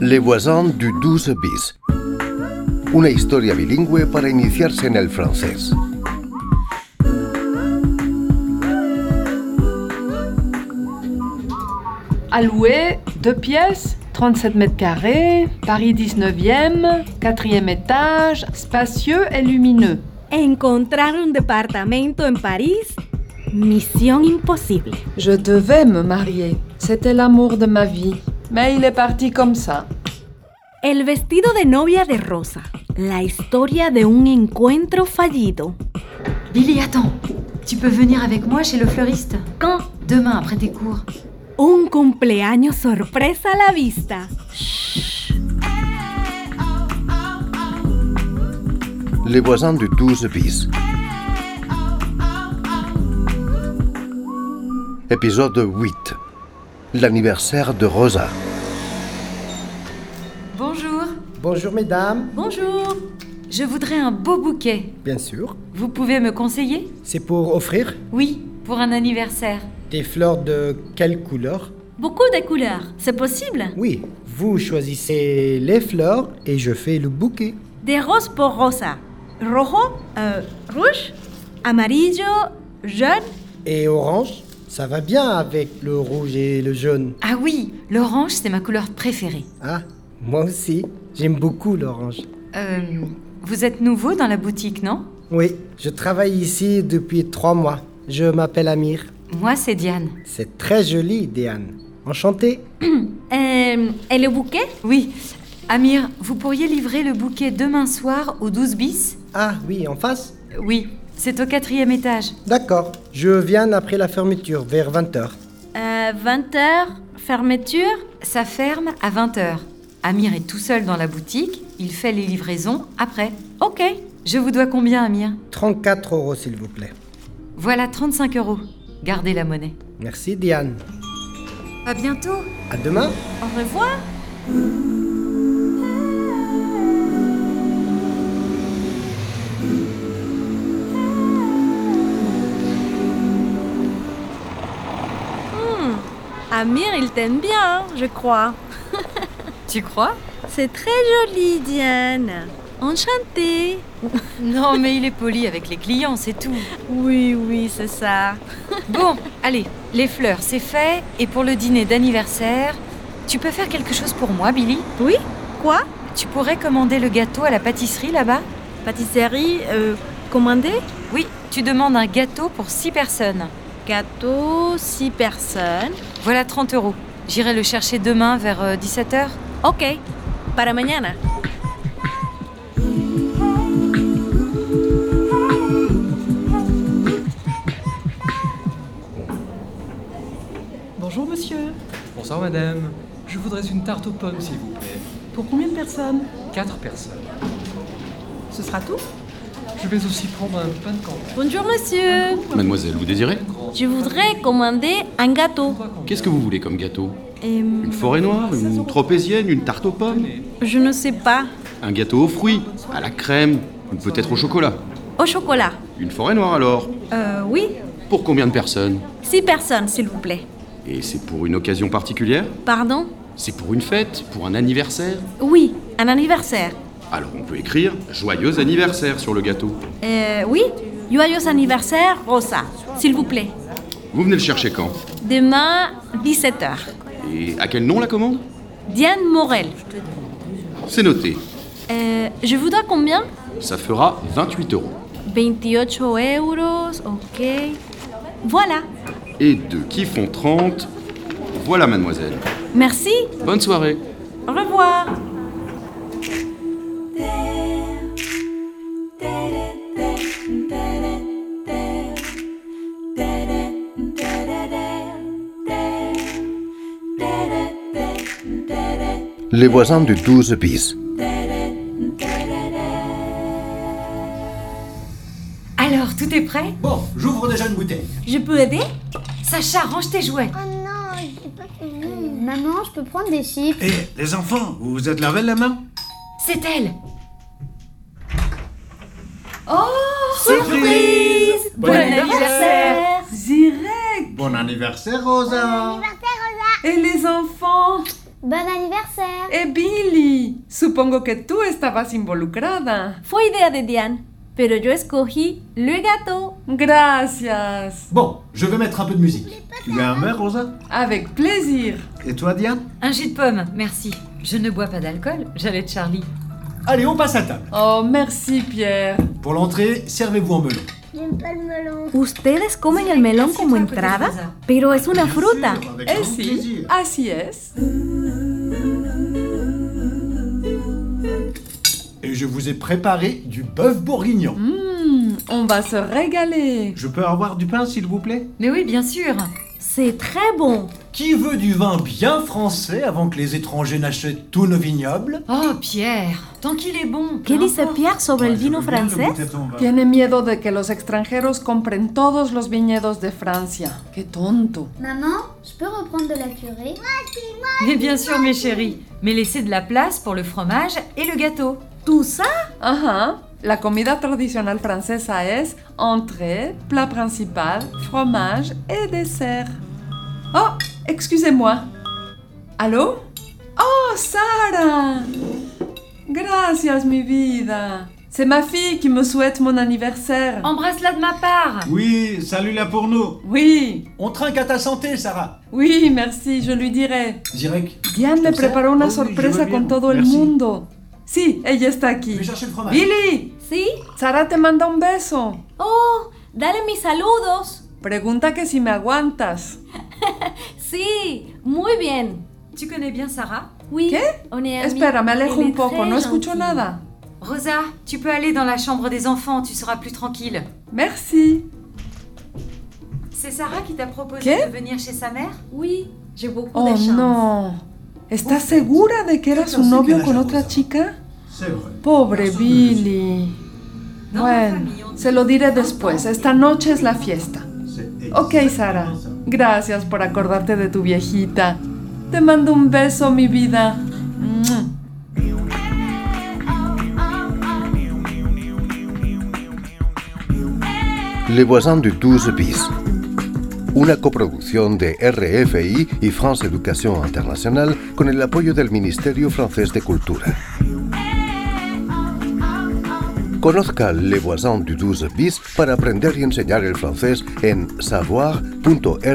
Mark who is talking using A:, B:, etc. A: Les Voisins du 12 bis. Una historia bilingüe para iniciarse en el francés.
B: À louer, deux pièces, 37 mètres carrés, Paris 19e, quatrième étage, spacieux et lumineux.
C: Encontrar un departamento en París, misión imposible.
B: Je devais me marier. C'était l'amour de ma vie. Mais il est parti comme ça.
C: El vestido de novia de Rosa, la historia de un encuentro fallido.
D: Lily, attends. Tu peux venir avec moi chez le fleuriste
C: Quand
D: Demain après tes cours.
C: un cumpleaños sorpresa a la vista.
A: Les Voisins du 12 bis. Épisode 8. L'anniversaire de Rosa.
D: Bonjour.
E: Bonjour mesdames,
D: Bonjour. Je voudrais un beau bouquet.
E: bien sûr.
D: Vous pouvez me conseiller
E: C'est pour offrir
D: Oui, pour un anniversaire.
E: des fleurs de quelle couleur
D: Beaucoup de couleurs, c'est possible
E: Oui, vous choisissez les fleurs et je fais le bouquet.
C: De rose por rosa. Rojo, eh, rouge, amarillo, jaune.
E: Et orange, ça va bien avec le rouge et le jaune.
D: Ah oui, l'orange, c'est ma couleur préférée.
E: Ah, moi aussi, j'aime beaucoup l'orange.
D: Euh, vous êtes nouveau dans la boutique, non
E: Oui, je travaille ici depuis trois mois. Je m'appelle Amir.
D: Moi, c'est Diane.
E: C'est très joli, Diane. Enchanté.
D: Euh,
C: Eh, ¿Y el bouquet?
D: Oui. Amir, vous pourriez livrer le bouquet demain soir au 12 bis
E: Ah oui, en face
D: Oui, c'est au quatrième étage.
E: D'accord, je viens après la fermeture, vers 20h.
C: 20h, fermeture.
D: Ça ferme à 20h. Amir est tout seul dans la boutique, il fait les livraisons après. Ok. Je vous dois combien, Amir
E: 34 euros, s'il vous plaît.
D: Voilà 35 euros. Gardez la monnaie.
E: Merci, Diane.
D: À bientôt.
E: À demain.
D: Au revoir.
C: Amir, Ah, il t'aime bien, je crois.
D: Tu crois
C: C'est très joli, Diane. Enchantée.
D: Non, mais il est poli avec les clients, c'est tout.
C: Oui, oui, c'est ça.
D: Bon, allez, les fleurs, c'est fait. Et pour le dîner d'anniversaire, tu peux faire quelque chose pour moi, Billy
C: Oui Quoi
D: Tu pourrais commander le gâteau à la pâtisserie là-bas
C: Pâtisserie euh, commandée
D: Oui, tu demandes un gâteau pour 6 personnes.
C: Gâteau, 6 personnes.
D: Voilà 30 euros. J'irai le chercher demain vers euh, 17h.
C: Ok, para mañana.
F: Bonjour monsieur,
G: Bonsoir madame, je voudrais une tarte aux pommes s'il vous plaît.
F: pour combien de personnes
G: Quatre personnes.
F: Ce sera tout
G: Je vais aussi prendre un pain de campagne.
C: Bonjour monsieur.
H: Mademoiselle, vous désirez
C: Je voudrais commander un gâteau.
H: Qu'est-ce que vous voulez comme gâteau
C: Euh,
H: Une forêt noire, une tropézienne, une tarte aux pommes,
C: je ne sais pas.
H: un gâteau aux fruits, à la crème, ou peut-être au chocolat.
C: Au chocolat.
H: Une forêt noire alors
C: Euh, oui.
H: Pour combien de personnes
C: 6 personnes, s'il vous plaît.
H: Et c'est pour une occasion particulière
C: Pardon
H: C'est pour une fête Pour un anniversaire
C: Oui, un anniversaire.
H: Alors on peut écrire Joyeux anniversaire sur le gâteau.
C: Euh, oui. Joyeux anniversaire, Rosa. S'il vous plaît.
H: Vous venez le chercher quand
C: Demain, 17h.
H: Et à quel nom la commande
C: Diane Morel.
H: C'est noté.
C: Euh, je vous dois combien
H: Ça fera 28 euros.
C: 28 euros, ok. Voilà.
H: Et deux qui font 30. Voilà mademoiselle.
C: Merci.
H: Bonne soirée.
C: Au revoir.
A: Les Voisins du 12 bis.
D: Alors, tout est prêt
I: Bon, j'ouvre déjà une bouteille.
C: Je peux aider
D: Sacha, range tes jouets.
J: Oh non, j'ai pas fini. Euh, Maman, je peux prendre des chips
I: Eh, les enfants, vous vous êtes lavé les mains
D: C'est elle.
I: Surprise
D: Bon, anniversaire.
F: Zirek
I: Bon anniversaire, Rosa
F: Et les enfants
J: Bon anniversaire
D: Eh Billy, supongo que tú estabas involucrada.
C: Fue idea de Diane, pero yo escogí le gato.
D: Gracias.
I: Bon, je vais mettre un peu de musique. Tu as un verre, Rosa
D: Avec plaisir.
I: Et toi, Diane
D: Un jus de pomme, merci. Je ne bois pas d'alcool, j'allais de Charlie.
I: Allez, on passe à table.
B: Oh, merci Pierre.
I: Pour l'entrée, servez-vous en melon.
J: J'aime pas le melon.
C: Ustedes comen el melón
D: Sí,
C: como
D: claro que te
C: entrada,
D: pasa.
C: pero es una fruta.
I: Sûr, avec
B: Eh
I: grand
B: si,
I: plaisir.
B: así es.
I: Et je vous ai préparé du bœuf bourguignon.
B: Hmm, on va se régaler.
I: Je peux avoir du pain, s'il vous plaît
D: Mais oui, bien sûr.
C: C'est très bon.
I: Qui veut du vin bien français avant que les étrangers n'achètent tous nos vignobles
D: Oh Pierre, tant qu'il est bon.
C: ¿Qué
D: peu
C: dice
D: importe.
C: Pierre sobre el vino francés?
B: Tiene miedo de que los extranjeros compren todos los viñedos de Francia. Qué tonto.
J: Maman, je peux reprendre de la purée
D: Mais bien sûr, mes chéris. Mais laissez de la place pour le fromage et le gâteau.
C: ¿Tú sabes?
B: Ajá. La comida tradicional francesa es entrée, plat principal, fromage et dessert. Oh, excusez-moi. Allô? Oh, Sarah! Gracias, mi vida. C'est ma fille qui me souhaite mon anniversaire.
C: Oh.
D: Embrasse-la de ma part.
I: Oui, salut là pour nous.
B: Oui,
I: On trinque à ta santé, Sarah.
B: oui, merci, je lui dirai.
I: Zirek,
B: Diane
I: ¿Está
B: le
I: usted?
B: preparó una
I: Uy, yo
B: sorpresa
I: bien,
B: con todo el
I: merci.
B: mundo. Sí, ella está aquí.
I: je vais chercher le fromage.
B: Billy,
C: ¿Sí?
B: Sara te manda un beso.
C: Oh, dale mis saludos.
B: Pregunta que si me aguantas.
C: Sí, muy bien.
D: Tu connais bien Sarah
C: Oui,
B: ¿Qué?
C: on est amis.
B: Espera, me alejo
C: Elle
B: un
C: est
B: poco,
C: très
B: no escucho
C: gentille.
B: nada.
D: Rosa, tu peux aller dans la chambre des enfants, tu seras plus tranquille.
B: Merci.
D: C'est Sarah qui t'a proposé
B: Qu'est
D: de venir chez sa mère
C: Oui, j'ai beaucoup
B: Oh
C: de chance.
B: no. ¿Estás segura de que era su
I: pensé que
B: novio
I: era
B: con
I: la
B: otra
I: cosa.
B: chica?
I: C'est vrai.
B: Pobre
I: Personne ne le sait.
B: Billy.
D: Dans la
B: Bueno,
D: famille, on dit-
B: se lo diré después. Esta noche es la fiesta.
I: C'est
B: Ok,
I: exactement
B: Sara.
I: ça.
B: Gracias por acordarte de tu viejita. Te mando un beso, mi vida. Mua.
A: Les Voisins de 12 bis. Una coproducción de RFI y France Education International con el apoyo del Ministerio Francés de Cultura. Conozca Les Voisins du 12 bis para aprender y enseñar el francés en savoir.rfi.fr.